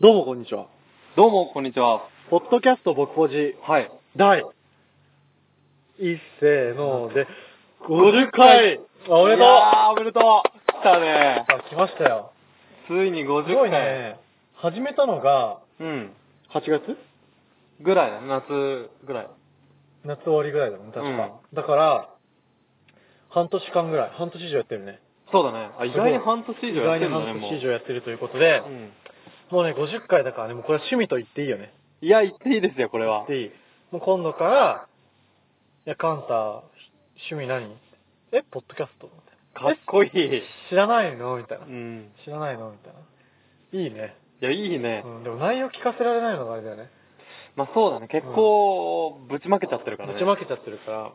どうもこんにちは。どうも、こんにちは。ポッドキャスト僕ポジはい。第一せーので50回あ、おめでとういやーおめでとう来たねあ、来ましたよ。ついに50す回。ごいね。始めたのがうん。 8月ぐらいだね、夏ぐらい。夏終わりぐらいだもん、確か。だから、半年間ぐらい、半年以上やってるね。そうだね。あ、意外に半年以上やって意んだ外ね、にも半う。年以上やってるということで、うん。もうね、50回だからね、もうこれは趣味と言っていいよね。いや、言っていいですよ、これは。でいい。もう今度から、いや、カンタ、趣味何え、ポッドキャストみたいかっこい。ない知らないのみたいなう。ん。知らないのみたいな。いいね。いや、いいね。うん、でも内容聞かせられないのがあれだよね。まあ、そうだね。結構、ぶちまけちゃってるからね。ぶちまけちゃってるから、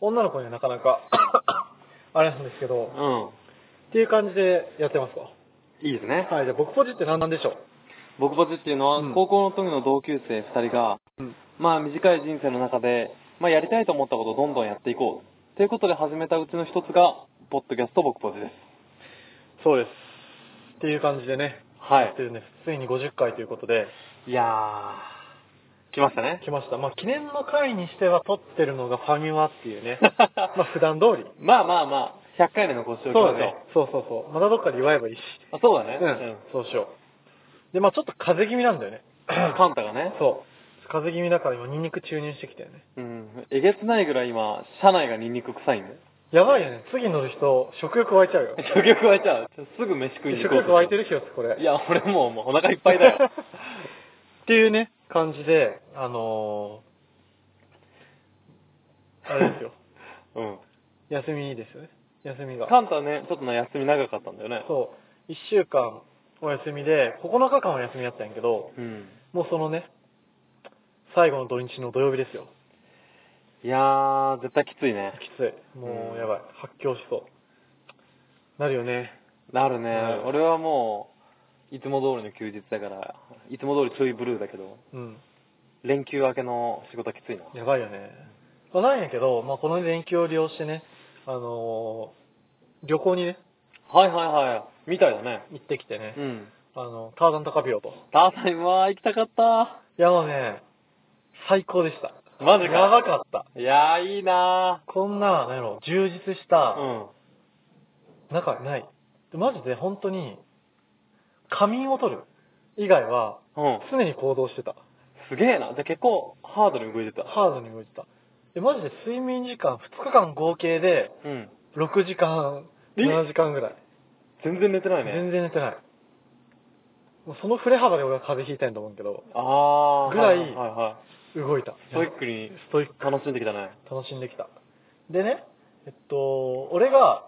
女の子にはなかなか、あれなんですけど、っうていう感じでやってますわ。ん。いいですね。はい、じゃあ僕ポジって何なんでしょ僕ぼちっていうのうんは、高校の時の同級生2人が、ううん。まあ短い人生の中で、まあやりたいと思ったことをどんどんやっていこう。ということで始めたうちの一つが、ポッドキャスト僕ポジです。そうです。っていう感じでね、はやってるんです。ついに50回ということで、い。いやー、来ましたね。来ました。まあ記念の回にしては撮ってるのがファミマっていうね。まあ普段通り。まあまあまあ、100回目のご視聴いただきましょう。。そうそうそう。またどっかで祝えばいいし。あそうだうね。ん。そうしよう。で、まあちょっと風邪気味なんだよね。カンタがね。 そう。風邪気味だから今ニンニク注入してきたよね。うん。えげつないぐらい今、車内がニンニク臭いんだよ。やばいよね。次乗る人、食欲湧いちゃうよ。食欲湧いちゃう。ちょすぐ飯食いに行食こう。欲湧いてる日よ、これ。いや、俺もうもうお腹いっぱいだ よ。 っていうね、感じで、あのー、あれ ですよ。うん。休みですよね。休みが。カンタね、ちょっとね、休み長かったんだよね。そう。一週間お休みで、9日間は休みだったんやけど、うん。もうそのね、最後の土日の土曜日ですよ。いやー、絶対きついねき。つい。もうやばい。発狂しそう。なるよね。なるね、うん俺はもう、いつも通りの休日だから、いつも通りちょいブルーだけど、うん。連休明けの仕事はきついな。やばいよね。まあ、なんやけど、まあ、この連休を利用してね、あのー旅行にね、はいはいはい。みたいだね。行ってきてねう、ん。あの、ターザン高ビオと。タータイムは行きたかった。いや、もうね、最高でした。マジかやばかった。いやー、いいなこんな、なんやろ、充実しー。た、うん。なんかない。でマジで本当に、仮眠を取る以外は、うん。常に行動してた。すげえな。じゃあ結構、ハードに動いてた。ハードに動いてた。で、マジで睡眠時間、2日間合計で、うん。 6時間、え7時間ぐらい。全然寝てないね。全然寝てない。もうその振れ幅で俺は風邪ひいたんだと思うけど、あー。ぐらいはいはいは動いた。い。ストイックにストイック楽しんできたね。楽しんできた。でね、えっと、俺が、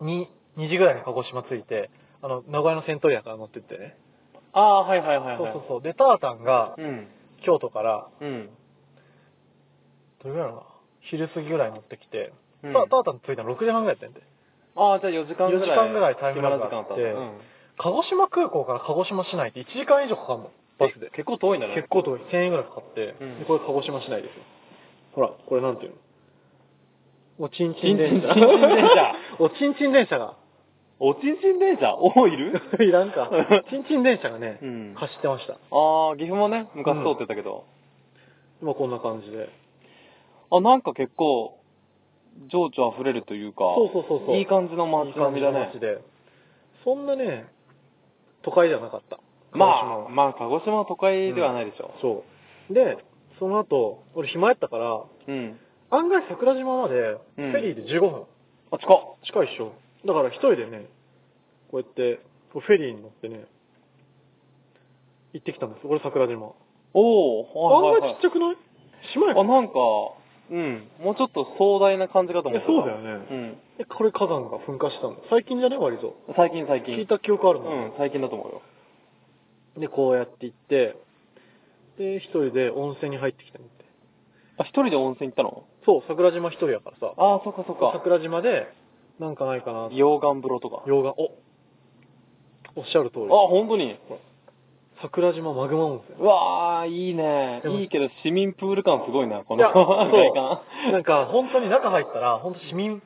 2、2時ぐらいに鹿児島着いて、あの、名古屋のセントリアから乗ってってね。あー、はいはいはいはい。そうそうそう。で、タータンが、うん。京都から、うん。どれぐらいだろうな昼過ぎぐらいに乗ってきて、うんタタータン着いたの6時半ぐらいだったんで。あー、じゃあ4時間4ぐらい。時間ぐらいタイムラグが暇なあ時間あっってた。う鹿児ん。島空港から鹿児島市内って1時間以上かかるの。バスでえ。結構遠いんだね。結構遠い。1000円ぐらいかかって、うんでこれ鹿児島市内ですよ。ほら、これなんていうのおちんちちんん電車。ちんちんちん電車おちんちん電車が。おちんちん電車おいる いらん か。おちんちん電車がね、うん走ってました。ああ、岐阜もね、昔通ってたけど。今こんな感じで。あ、なんか結構、情緒溢れるというか、そうそうそうそう。いい感じの街並みだいい感ねじ。の街で。そんなね、都会ではなかった。まあ、鹿児島はまあ、鹿児島は都会ではないでしょ。そう。で、その後、俺暇やったから、うん。案外桜島まで、フうんェリーで15分。あ、近っ。近いっしょ。だから一人でね、こうやって、こうフェリーに乗ってね、行ってきたんです。これ桜島。おー、あんはいはい、まはいちっ。ちゃくない島やあ、なんか、うん、もうちょっと壮大な感じかと思ってた。えそうだよね。えこれ火山が噴火したの。最近じゃね割と。うん。最近最近。聞いた記憶あるうもん、ん、最近だと思うよ。で、こうやって行って、で、一人で温泉に入ってきたのって。あ、一人で温泉行ったのそう、桜島一人やからさ。ああ、そっかそっか。桜島で、なんかないかな。溶岩風呂とか。洋画、おおっしゃる通あ、り。本当に。桜島マグマ温泉。うわあ、いいねで。もいいけど、市民プール感すごいな、こいのや 外観。なんか、本当に中入ったら、本当市民、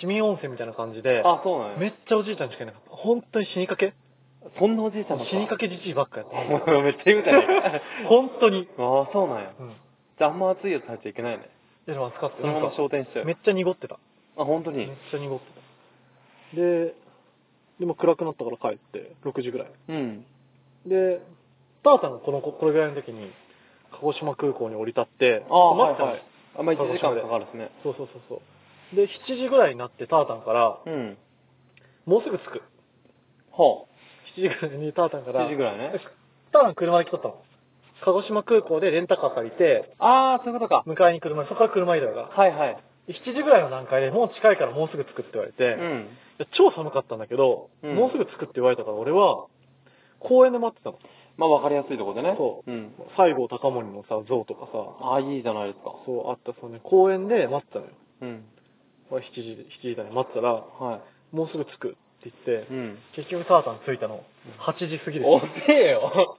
市民温泉みたいな感じで、あ、そうなんめや。っちゃおじいちゃんしかいなかった。本当に死にかけそんなおじいちゃんだった死にかけじじいばっかやった。 めっちゃ言うじゃない本当に。ああ、そうなんや。うん。いじゃああんま熱いやつ入っちゃいけないね。やでも暑かった。そのまま焦点しちゃうめっちゃ濁ってた。あ、本当めっにちゃ濁ってた。で、でも暗くなったから帰って、6時ぐらい。うん。で、ターさんがこの、ここれぐらいの時に、鹿児島空港に降り立って、ああ、待はっいてたのはい。あんま1時間かかるですね。そうそうそうそう。で、7時ぐらいになってタータンから、うん。もうすぐ着く。は7時ぐらいにタータンから、 7時ぐらいねタータン車で来とったの。鹿児島空港でレンタカー借りて、あ。ああ、そういうことか。迎えに車で、そこから車移動が。はいはい。 7時ぐらいの段階でもう近いからもうすぐ着くって言われて、ういん。や超寒かったんだけど、うんもうすぐ着くって言われたから俺は、公園で待ってたの。まあ、わかりやすいとこでね。そううん。西郷隆盛のさ、像とかさ、ああ、いいじゃないですか。そうあった、そのね、公園で待ってたのよ。うん。まあ7時、7時台に待ってたら、はもうすぐ着くって言って、い。うん。結局タータン着いたの、8時 過ぎで遅えよ。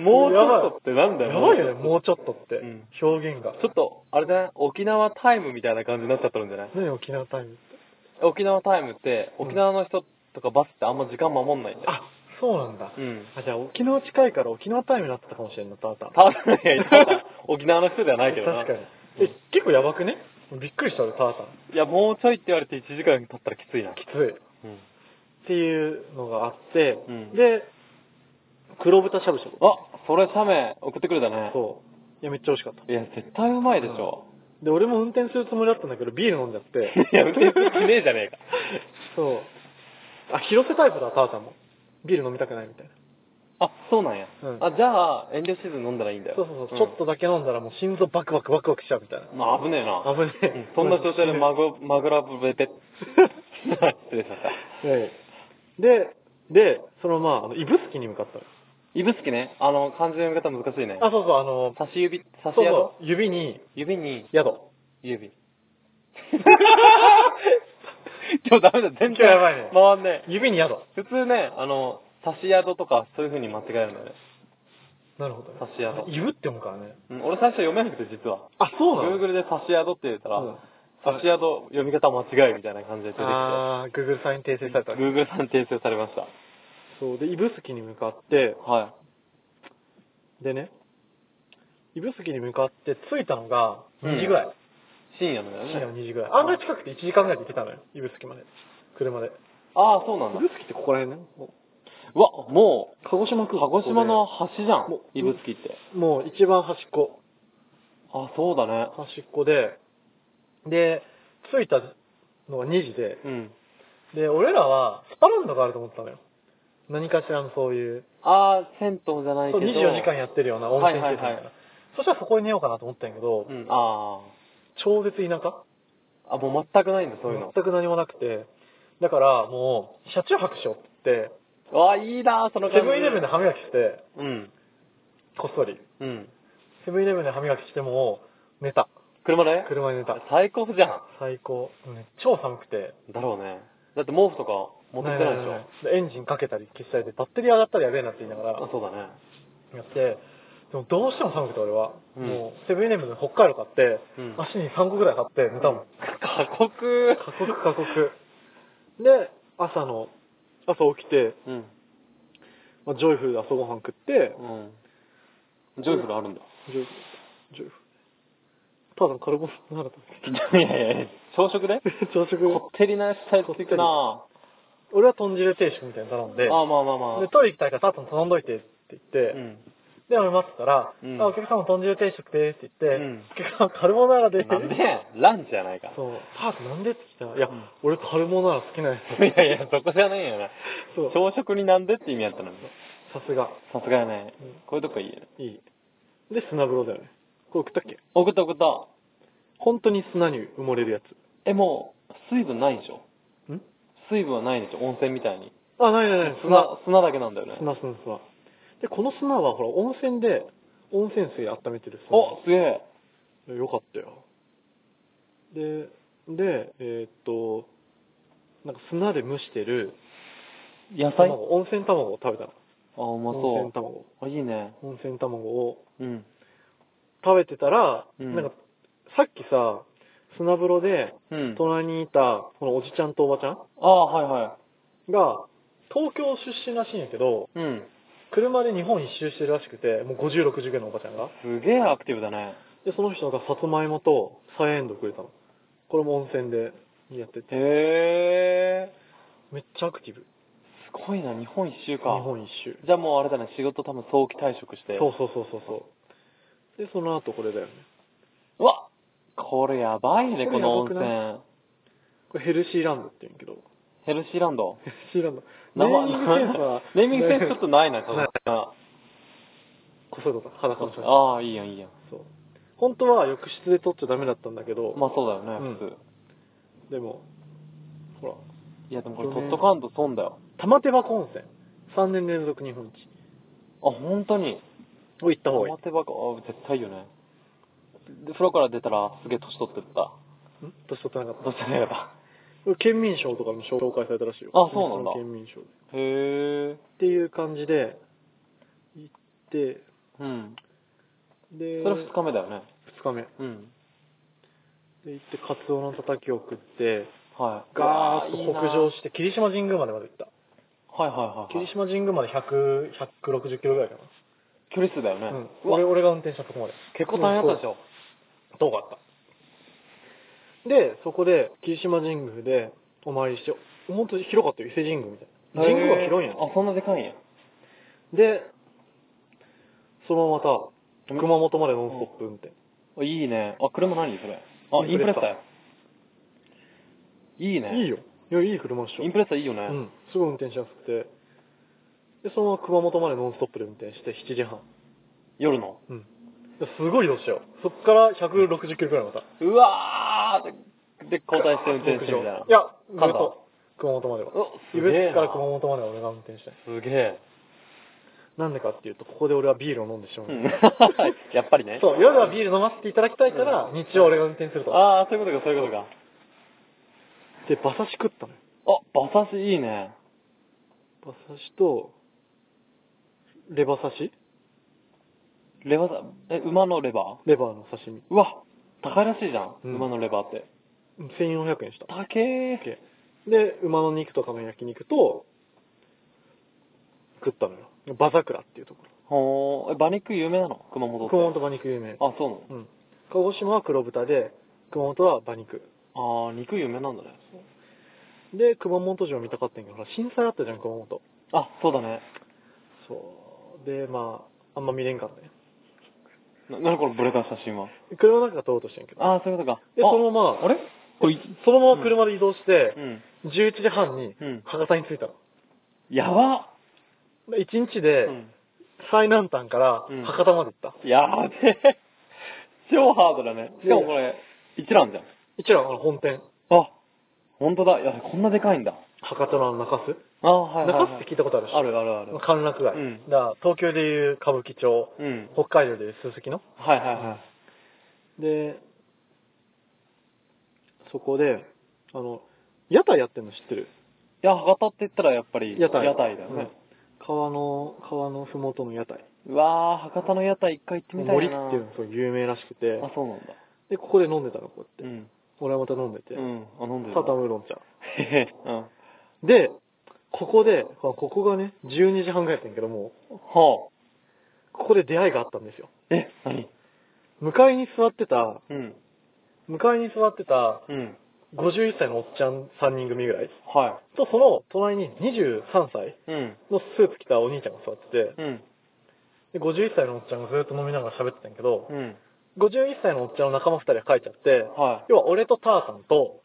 もうちょっとってなんだよ。やばいよね、うもうちょっとって、うん表現が。ちょっと、あれだね、沖縄タイムみたいな感じになっちゃってるんじゃない何沖縄タイムって。沖縄タイムって、うん沖縄の人とかバスってあんま時間守んないんだよ。あ、そうなんだ。うん。あ、じゃあ沖縄近いから沖縄タイムになってたかもしれんな、タータン。たぶん、いや、多分沖縄の人ではないけどな。確かに。え、結構やばくねびっくりしたよ、タータン。いや、もうちょいって言われて1時間経ったらきついな。きつい。っうん。ていうのがあって、うんで、黒豚しゃぶしゃぶ。あ、それ写メ送ってくれたね。そう。いや、めっちゃ美味しかった。いや、絶対うまいでしょ。で、俺も運転するつもりだったんだけど、ビール飲んじゃって。いや、別にねえじゃねえか。 そう。あ、広瀬タイプだ、タータンも。ビール飲みたくないみたいな。あ、そうなんや。うんあ、じゃあ、遠慮せず飲んだらいいんだよ。そうそうそう、ちょっとだけ飲んだらもう心臓バクバクワクワクしちゃうみたいな。と。まあ、危ねえな。危ねえうんそんな 状態でマグ、マグラブレペ失礼しました。ええで、で、そのまあ、あの、指宿に向かったのよ指宿ね。あの、漢字の読み方難しいね。あ、そうそう、あの、差し指、差しそう宿そう、指に指に、宿。 指。今日ダメだ、全今日然やばいね回んねえ。指に宿。普通ね、あの、差し宿とかそういう風に間違えるんだよね。なるほど、ね。差し宿指って読むからね。うん、俺最初読めなくて実は。あ、そうなの Google で差し宿って言ったら、うん差し宿読み方間違いみたいな感じで出てきて、あー、Google さんに訂正された。 Google さんに訂正されました。そう、で、指宿に向かって、はい。でね、指宿に向かって着いたのがうん2時ぐらい。深夜のよね。深夜の2時ぐらい。案外近くて1時間ぐらいで行けたのよ。指宿まで。車で。ああ、そうなんだ。指宿ってここら辺ね。もうわ、もう鹿児島う、空鹿港児島の端じゃんもう。指宿って。もう一番端っこ。あ、そうだね。端っこで、で、着いたのが2時で、うん。で、俺らはスパランドがあると思ってたのよ。何かしらのそういう、ああ、銭湯じゃないそうけど。 24時間やってるような温泉施設みたいな。はいはいはいそしたらそこに寝ようかなと思ったんやけど、うん、あ超絶田舎あ。あ、もう全くないんだ、そういうの。全く何もなくて、だからもう、車中泊しようってわあ、いいなーそ言のって、セ感ブじ。ンイレブンで歯磨きして、うん。こっそり。うん。セブンイレブンで歯磨きしても、寝た。車で車で寝た。最高じゃん。最高。うん超寒くて。だろうね。だって毛布とか持ってってないでしねょ。えエンジンかけたり消したりで、バッテリー上がったらやべえなって言いながらあ、そうだね。やって、でもどうしても寒くて俺は、うんもうセブンイレブンで北海道買って、うん足に3個ぐらい買って寝たもん。過酷。過酷過酷。で、朝の、朝起きて、うん。まあ、ジョイフルで朝ごはん食って、うん。ジョイフルあるんだ。ジョイフル、ジョイフル。ただのカルボナーラ食べて いやいやいや、 朝食で朝食、こってりなスタイルついてな俺は豚汁定食みたいに頼んで、ああ、まあまあまあ。で、トイレ行きたいからタートン頼んどいてって言って、うん。で、俺待ってたら、うんあお客様豚汁定食でーすって言って、うんお客様カルボナーラでーす。なんで ランチじゃないか。そう、パークなんでって聞いたら、いや、うん俺カルボナーラ好きなんやつ。いやいや、そこじゃねえよな。そう、朝食になんでって意味やったのに。さすが。さすがやねうん。こういうとこいいよね。いい。で、砂風呂だよね。これ食ったっけ送った送った。本当に砂に埋もれるやつ。え、もう、水分ないでしょん水分はないでしょ温泉みたいに。あ、ないないない、砂。砂、砂だけなんだよね。砂、砂、砂。で、この砂は、ほら、温泉で、温泉水温めてる砂。お、すげえ。いやよかったよ。で、で、えーっと、なんか砂で蒸してる野菜卵、温泉卵を食べたの。あ、うま温泉そ卵。う。あ、いいね。温泉卵をうん。食べてたら、うんなんか、さっきさ、砂風呂で、うん。隣にいた、このおじちゃんとおばちゃあ、はいはんが、東京出身らしいんやけど、うん。車で日本一周してるらしくて、もう50、60ぐらいのおばちゃんが。すげえアクティブだね。で、その人がさつまいもとさえんどくれたの。これも温泉でやってて、へえ。めっちゃアクティブ。すごいな、日本一周日か。本一周。じゃあもうあれだね、仕事多分早期退職して。そうそうそうそうそう。で、その後これだよね。うわこれやばいね、ここれやばの温く泉ない。これヘルシーランドって言うんやけど。 ヘルシーランド。ヘルシーランド。名前 ネーミングセンスちょっとないな、ここのれ。あ こそこそ裸の写真。あー、いいやん、いいやん。そう。本当は浴室で撮っちゃダメだったんだけど、まあそうだよね、うん普通。でも、ほら、いや、でもこれ、取っとかんと損だよ。玉手箱温泉。3年連続日本一。あ、本当に。を行った方がいい玉。手箱、あ絶対いいよね。で、風呂から出たら、すげえ年取ってった。ん年取ってなかった。年取ってなかっこれ県民賞とかにも紹介されたらしいよ。あそうなんだ。日本の県民賞で。ったへえ。ていう感じで、行って、うん。そで、れ2日目だよね。二日目。うん。で、行って、カツオのたたきを食って、はい。ガーッと北上しして、霧島神宮までまで行った。はいはいはいは霧い。島神宮まで100、160キロぐらいか距離数だよねな。うん。。うわ俺、俺が運転したとこまで。結構大変だったでしょ。遠かった。で、そこで、霧島神宮でお参りして、本当に広かったよ、伊勢神宮みたいな。神宮が広いんやへーあ、そんなでかいんや。で、そのまままた、熊本までノンストップ運転。あいいね。あ、車何それ。あ、イインプレンプレッッササよ。いいね。いいよ。いや、いい車っしょ。インプレッサいいよね。うん。すごい運転しやすくて。で、そのまま熊本までノンストップで運転して、7時半。夜の。うん。ですごい移動したよ。そっから160キロくらいまた。うわーで、交代して運転してみたいな。いや、ずっ関東と熊本までは。おす指宿げえなから熊本までは俺が運転して。すげえ。なんでかっていうと、ここで俺はビールを飲んでしまう。うん。 やっぱりね。そう、夜はビール飲ませていただきたいから、日中は俺が運転すると。ああ、そういうことか、そういうことか。で、馬刺し食ったのよ。あ、馬刺しいいね。馬刺しと、レバ刺しレバーさ、え、馬のレバーレバーの刺身。うわ、高いらしいじゃん。うん馬のレバーって。うん1400円した。高えー。で、馬の肉とかの焼肉と、食ったのよ。馬桜っていうとこほー、え、馬肉有名なの熊本ろ。って。熊本馬肉有名。あ、そうなのうん。鹿児島は黒豚で、熊本は馬肉。ああ、肉有名なんだね。で、熊本城見たかったんやけど、ほら、震災あったじゃん、熊本。あ、そうだね。そう。で、まあ、あんま見れんかったね。な、なにこのブレた写真は。車の中撮ろうとしてんけど。ああ、そういうことか。で、あそのまま、あれこれ、そのまま車で移動してう、ん。 11時半にうん博多に着いたの。やば1日でうん。最南端からうん博多まで行った。やべえ。超ハードだね。しかもこれ、一覧じゃん。一覧、あの、本店。あ、ほんとだ。いや、こんなでかいんだ。博多のあの中洲。ああ、はいはい、はい。中洲って聞いたことあるでしょあるあるある。歓楽街。うんだから東京でいう歌舞伎町、うん。北海道でいう鈴木の。はいはいはい。で、そこで、あの、屋台やってるの知ってるいや、博多って言ったらやっぱり、屋台。だよね。うん川の、川のふもとの屋台。うわー、博多の屋台一回行ってみたいな。森っていうのがすごい有名らしくてあ、、そうなんだ。で、ここで飲んでたの、こううやって。ん。俺はまた飲んでてう。ん。あ、飲んでる。サタンウーロン茶。へへ。うん。はで、ここで、まあここがね、12時半ぐらいやったんやけども、あ。ここで出会いがあったんですよ。え、何向かいに座ってた、うん。向かいに座ってたうん。 51歳のおっちゃん3人組ぐらいはと、その隣に23歳い。うん。のスーツ着たお兄ちゃんが座ってうん。て、で51歳のおっちゃんがずっと飲みながら喋ってたんやけど、うん。 51歳のおっちゃんの仲間2人が書いちゃって、は要は俺とターさんと、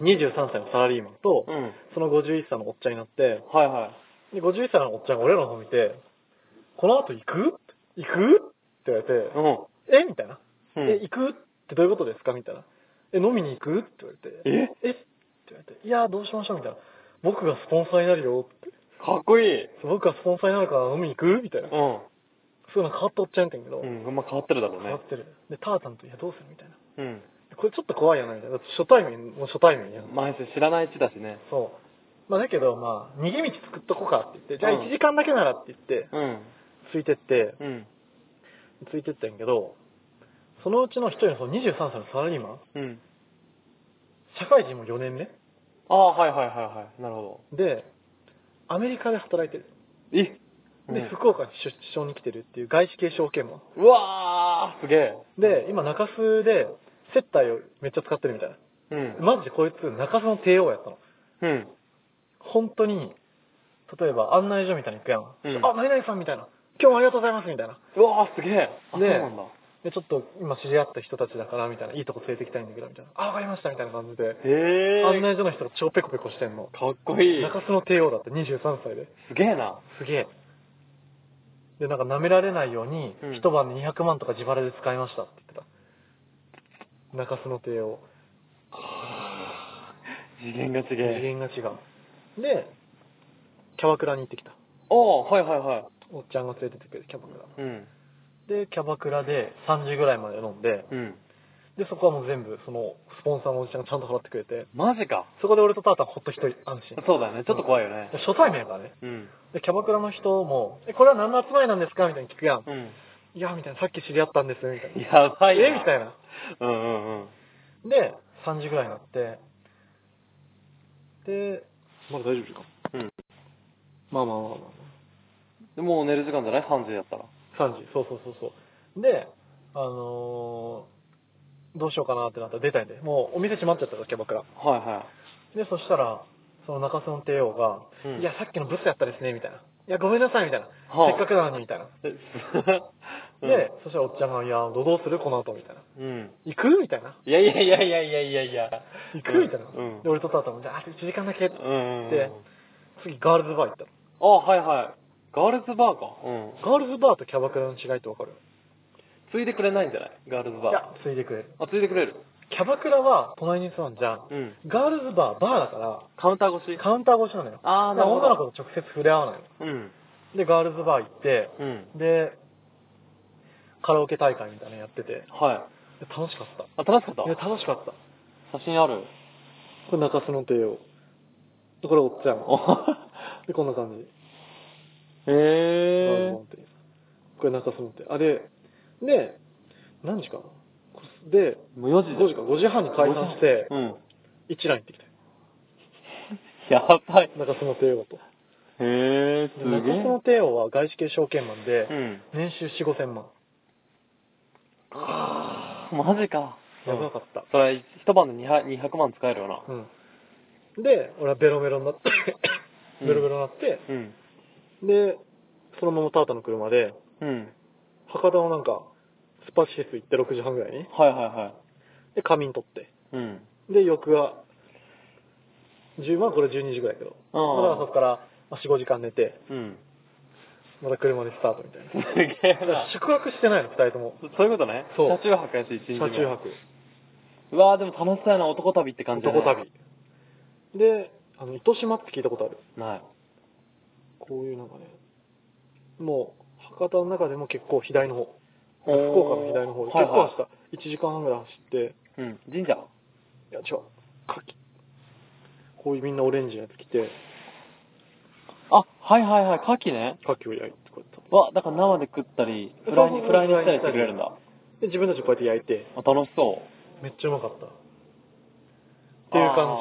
23歳のサラリーマンとい。う、ん。その51歳のおっちゃんになって、はいはい。で、51歳のおっちゃんが俺らの方見て、この後行く行くって言われて、うえみたいな。ん。え、行くってどういうことですかみたいな。え、飲みに行くって言われて。ええって言われて。いや、どうしましょうみたいな。僕がスポンサーになるよって。かっこいい。僕がスポンサーになるから飲みに行くみたいな。うそういうの変わったおっちゃんやったんやけど。ん。うん。まあ変わってるだろう変わねっ。てる。で、タータンと、いや、どうするみたいな。うん。これちょっと怖いよな、みたいな。だって初対面、もう初対面やん。前せ知らない地だしね。そう。まあ、だけど、まあ、逃げ道作っとこうかって言って、じゃあうん1時間だけならって言って、うん。ついてって、うん。ついてったんやけど、そのうちの一人のその23歳のサラリーマン、うん。社会人も4年目、ああ、はいはいはいはい。なるほで、アメリカで働いてる。えで、うん福岡に出張に来てるっていう外資系証券マン。うわーすげえ。で、今中洲で接待をめっちゃ使ってるみたいな。うん。マジでこいつ中洲の帝王やったの。うん。本当に、例えば案内所みたいに行くやん。うんあ、何々さんみたいな。今日もありがとうございますみたいな。うわーすげえ。あ、そうねなんだ。で、ちょっと今知り合った人たちだからみたいな。いいとこ連れてきたいんだけどみたいな。あ、わかりましたみたいな感じで。へ案え。内所の人が超ペコペコしてんの。かっこいい。中洲の帝王だって23歳で。すげえな。すげえ。で、なんか舐められないように、うん一晩で200万とか自腹で使いましたって言ってた。中洲の帝王。次元が違次え。元が違う。で、キャバクラに行ってきた。ああ、はいはいはい。おっちゃんが連れてってくれて、キャバクラ。うん。で、キャバクラで3時ぐらいまで飲んで、うん。で、そこはもう全部、その、スポンサーのおじちゃんがちゃんと払ってくれて、マジか。そこで俺とタータンほっと一人安心。そうだね。ちょっと怖いよねで。初対面やからね。うん。で、キャバクラの人も、え、これは何の集まりなんですかみたいに聞くやん。うん。いや、みたいな、さっき知り合ったんですみたいな。やばいなえみたいな。うんうんうん。で、3時ぐらいになって、で、まだ大丈夫ですかうん。まあまあまあまでもう寝る時間じゃない ?3 時だったら。あまあ。3時、そうそうそうそう。で、あのー、どうしようかなってなったら出たいんで、もうお店閉まっちゃったから、キャバクラ。はいはで、そしたら、その中洲の帝王が、うんいや、さっきのブスやったですね、みたいな。いや、ごめんなさい、みたいな。はあせっかくなのに、みたいな。 い。で、そしたらおっちゃんが、いや、どうするこの後、みたいな。うん。うん。行くみたいな。いやいやいやいやいやいやいや。行くみたいな。うん。で、俺とタータンも、じゃあ、あと1時間だけ。うんうん。で次、ガールズバー行ったの。あ、はいはい。ガールズバーか。うん。ガールズバーとキャバクラの違いってわかるついでくれないんじゃないガールズいバー。や、ついでくれる。あ、ついでくれる。キャバクラは隣に座んじゃん。うん。ガールズバー、バーだかカウンター越しら、。カウンター越しなのよ。あーなるほどだから女の子と直接触れ合わないの。うん。で、ガールズバー行って、うん。で、カラオケ大会みたいなのやってて、はい。で楽しかった。あ、楽しかったいや、楽しかった。写真ある。これ中洲の帝王。で、これおっちゃん。 で、こんな感じ。 へー。これ中洲の帝王。あ、で、で、何時かなこで、もう4 5時時か、5時半に解散してう、ん。一覧行ってきたよ。やばい。中洲の帝王と。へー、すげえ。中洲の帝王は外資系証券マンで、うん。年収4、5千万。マジか。やばかった。それ、一晩で 200, 200万使えるよな。うん。で、俺はベロベロになって、うんベロベロになって、うん。で、そのままタータの車で、うん。博多のなんか、スパシス行って6時半ぐらいに、はいはいはで、仮眠取って、い。うん。で、翌は、10万、これ12時ぐらいやけど、あーまだそこからまあ4、5時間寝て、うん。また車でスタートみたいなす。げえだからな。宿泊してないの、二人とも。 そそういうことね。そう車中泊やし、一日目車中。泊、うわー、でも楽しそうやな、男旅って感じだね男。旅。で、あの、糸島って聞いたことある。ない。こういうなんかね、もう、博多の中でも結構左の方、福おー岡の左の方、結はい構はい走った。1時間半ぐらい走って、いうん。神社や、違う、柿。こういうみんなオレンジのやつ着て、あ、はいはいはい、牡蠣ね。柿を焼いてこうやって。わ、だから生で食ったり、フライに、そうそうそうフライにしたりしてくれるんだ。で、自分たちでこうやって焼いて、あ楽しそう。めっちゃうまかった。っていう感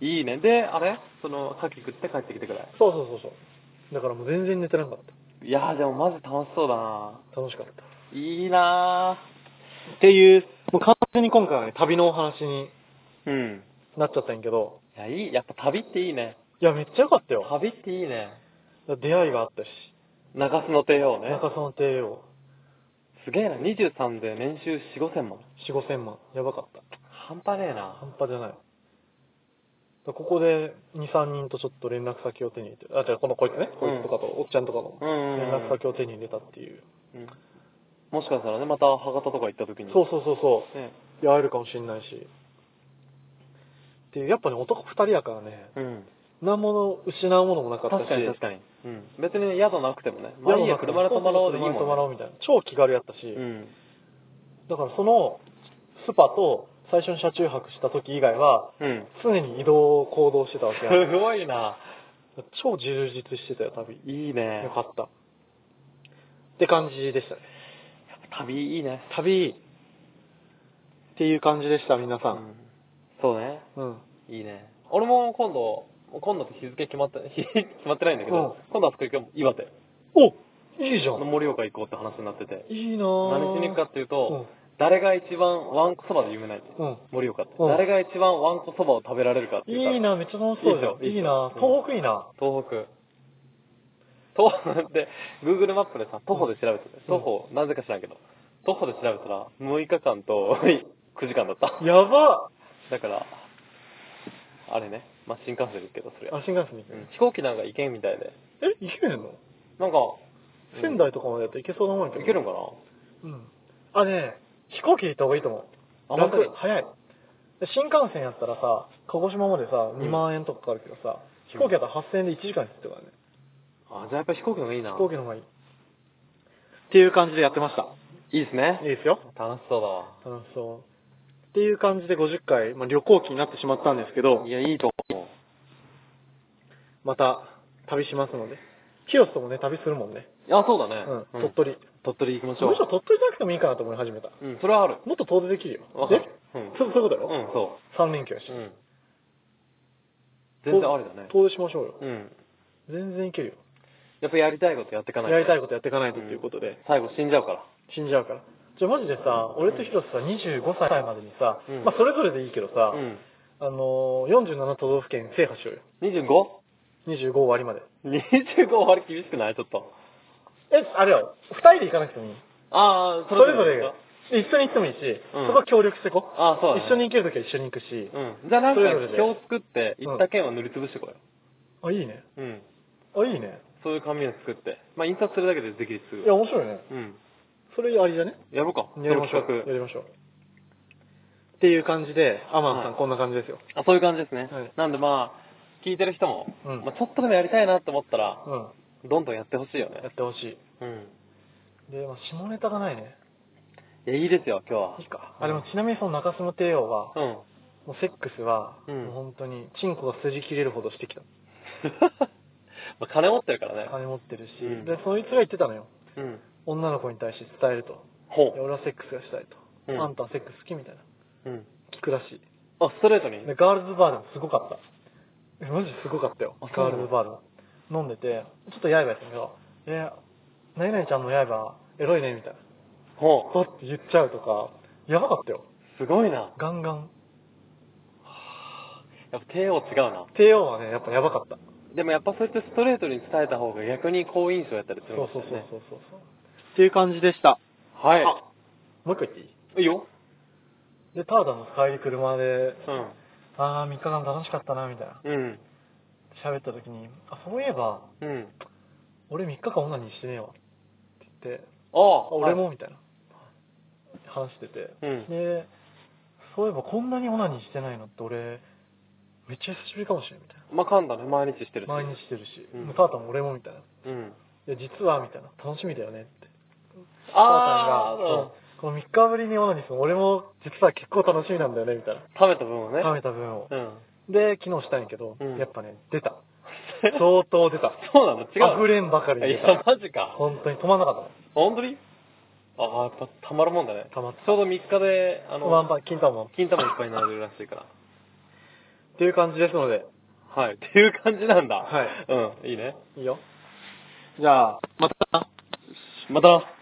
じ。いいね。で、あれその、牡蠣食って帰ってきてくれ。じ。そうそうそうそう。だからもう全然寝てなかった。いやー、でもマジ楽しそうだな楽しかった。いいなーっていう、もう完全に今回はね、旅のお話にうん。なっちゃったんやけど、いや、いい。やっぱ旅っていいね。いや、めっちゃよかったよ。旅っていいね。出会いがあったし、中洲の帝王ね。中洲の帝王、すげえな。23で年収4、5千万。 4、5千万、やばかった。半端ねえな。半端じゃない。だからここで2、3人とちょっと連絡先を手に入れて、あ、じゃあこのこいつね、こいつとかと、おっちゃんとかのうんうんうん連絡先を手に入れたっていう。うん。もしかしたらね、また博多とか行った時に。そうそうそうそう。ね。いや、会えるかもしんないし。っていう、やっぱね、男2人やからね、うん。何も失うものもなかったし確、かに確かに。うん。別に宿なくてもね。まあ宿いいや、なくても車で泊まろうでいいもん、車でね。泊まろうみたいな。超気軽やったし、うん。だからその、スパと最初に車中泊した時以外は、うん。常に移動、行動してたわけや ん。すごいな。超充実してたよ、旅。いいね。よかった。って感じでしたね。旅いいね。旅っていう感じでした、皆さ。うんん。そうね。うん。いいね。俺も今度、もう今度って日付決まって、 日決まってないんだけど、う今度あそこ行くよ、岩手。おいいじゃん。盛岡行こうって話になってて。いいなぁ。何しに行くかっていうと、う誰が一番わんこそばで有名ないん。うん。盛岡って。うん誰が一番わんこそばを食べられるかっていうからいいなめっちゃ楽しそうじゃん。いいでしょいいいでいしなょ東北いいな東北。東北で、Google マップでさ、徒歩で調べて、徒歩、なぜか知らんけど、徒歩で調べたら、6日間と 9時間だった。やばだから、あれね、まあ、新幹線ですけど、それあ、新幹線に行く。うん飛行機なんか行けんみたいで。え、行けるのなんか、うん仙台とかまでやったら行けそうなもんやけど。行けるんんかなうん。あ、ねえ飛行機で行った方がいいと思う。あ楽本当に早い。で新幹線やったらさ、鹿児島までさ、うん2万円とかかかるけどさ、飛行機やったら8000円で1時間やってたからね。あ、じゃあやっぱ飛行機の方がいいな。飛行機の方がいい。っていう感じでやってました。いいですねいい。ですよ。楽しそうだわ。楽しそう。っていう感じで50回、まあ、旅行記になってしまったんですけどい、や、いいと思う。また旅しますので。清須ともね、旅するもんね。あ、そうだね。うん、うん鳥取。鳥取行きまむししょう。ろ鳥取じゃなくてもいいかなと思い始めた。うん、それはある。もっと遠出できるわよ。かでる、うんそうそういうことだうろ、ん、そ三連休やしう。う。ん。全然ありだね。遠出しましょうよ。うん。全然いけるよ。やっぱやりたいことやっていかないと。やりたいことやっていかないとうんということで、最後死んじゃうから。死んじゃうから。じゃあマジでさ、俺とヒロスさ、25歳までにさ、うんまあそれぞれでいいけどさ、うん。あのー、47都道府県制覇しようよ。25 25?25 終わりまで。終わり厳しくないちょっと。え、あれよ、2人で行かなくてもいい。ああ、それぞれがが。一緒に行ってもいいし、うんそこは協力していこう。あーそうだね一緒に行けるときは一緒に行くし、うん。じゃあなんかそれぞれで表を作って、行った件は塗りつぶしてこよあ、いいね。う。うん。あ、いいね。そういう紙を作って。まあ、印刷するだけでできるすぐいや、。面白いね。うん。それありじゃねやろうか。やりましょうその。企やりましょう。っていう感じで、アマンさん、はいこんな感じですよ。画。あ、そういう感じですね。はいなんでまあ、聞いてる人も、うんまあ、ちょっとでもやりたいなと思ったら、うん。どんどんやってほしいよやねっ。てほしい。うん。で、まあ、下ネタがないね。いや、いいですよ、今日は。いいか。あ、でもちなみにその中島帝王は、うん。もう セックスは、うんもう本当に、チンコが筋切れるほどしてきた。まあ、金持ってるからね。金持ってるし、うんで、そいつが言ってたのよ。うん。女の子に対して伝えると。ほいや俺はセックスがしたいと。うんあんたはセックス好きみたいな。う。うん。聞くらしい。あ、ストレートにで、ガールズバーでもすごかった。えマジですごかったよ。あそガうなーのルズバーでも。飲んでて、ちょっと刃やってみよう。え、何々ちゃんの刃、エロいね、みたいな。ほう。こうって言っちゃうとか、やばかったよ。すごいな。ガンガン。やっぱ帝王違うな。帝王はね、やっぱやばかった。でもやっぱそうやってストレートに伝えた方が逆に好印象やったりすそうるんですそうよね。そうそうそう。っていう感じでした。はい。あもう一個言っていいいいよ。で、ターダの帰り車で、うん。あー、3日間楽しかったな、みたいな。うん。喋った時に、あ、そういえば、うん。俺3日間女にしてねえわ。って言って、あああ、俺も、はいみたいな。話してて。うん。で、そういえばこんなにオナニーしてないのって俺、めっちゃ久しぶりかもしれんみたいな。まあ、噛んだね。毎日してるし。毎日してるし、うんもうタータンも俺もみたいな。うん。で、実はみたいな。楽しみだよねって。ああ、タータンが、そうこの3日ぶりにオナニーするの俺も実は結構楽しみなんだよねみたいな。食べた分をね。食べた分を。うん。で、昨日したんやけど、うんやっぱね、出 た。 相当出た。そうなの違う。溢れんばかりいに出や、た。マジか。本当に止まんなかっ本当にああ、やっぱたまるもんだね。たまったちょうど3日で、あた。の、ワンパン、金玉も。金玉いっぱいになるらしいから。っていう感じですので、はい。っていう感じなんだ。。はいうん。いいね。いいよ。じゃあ、また。また。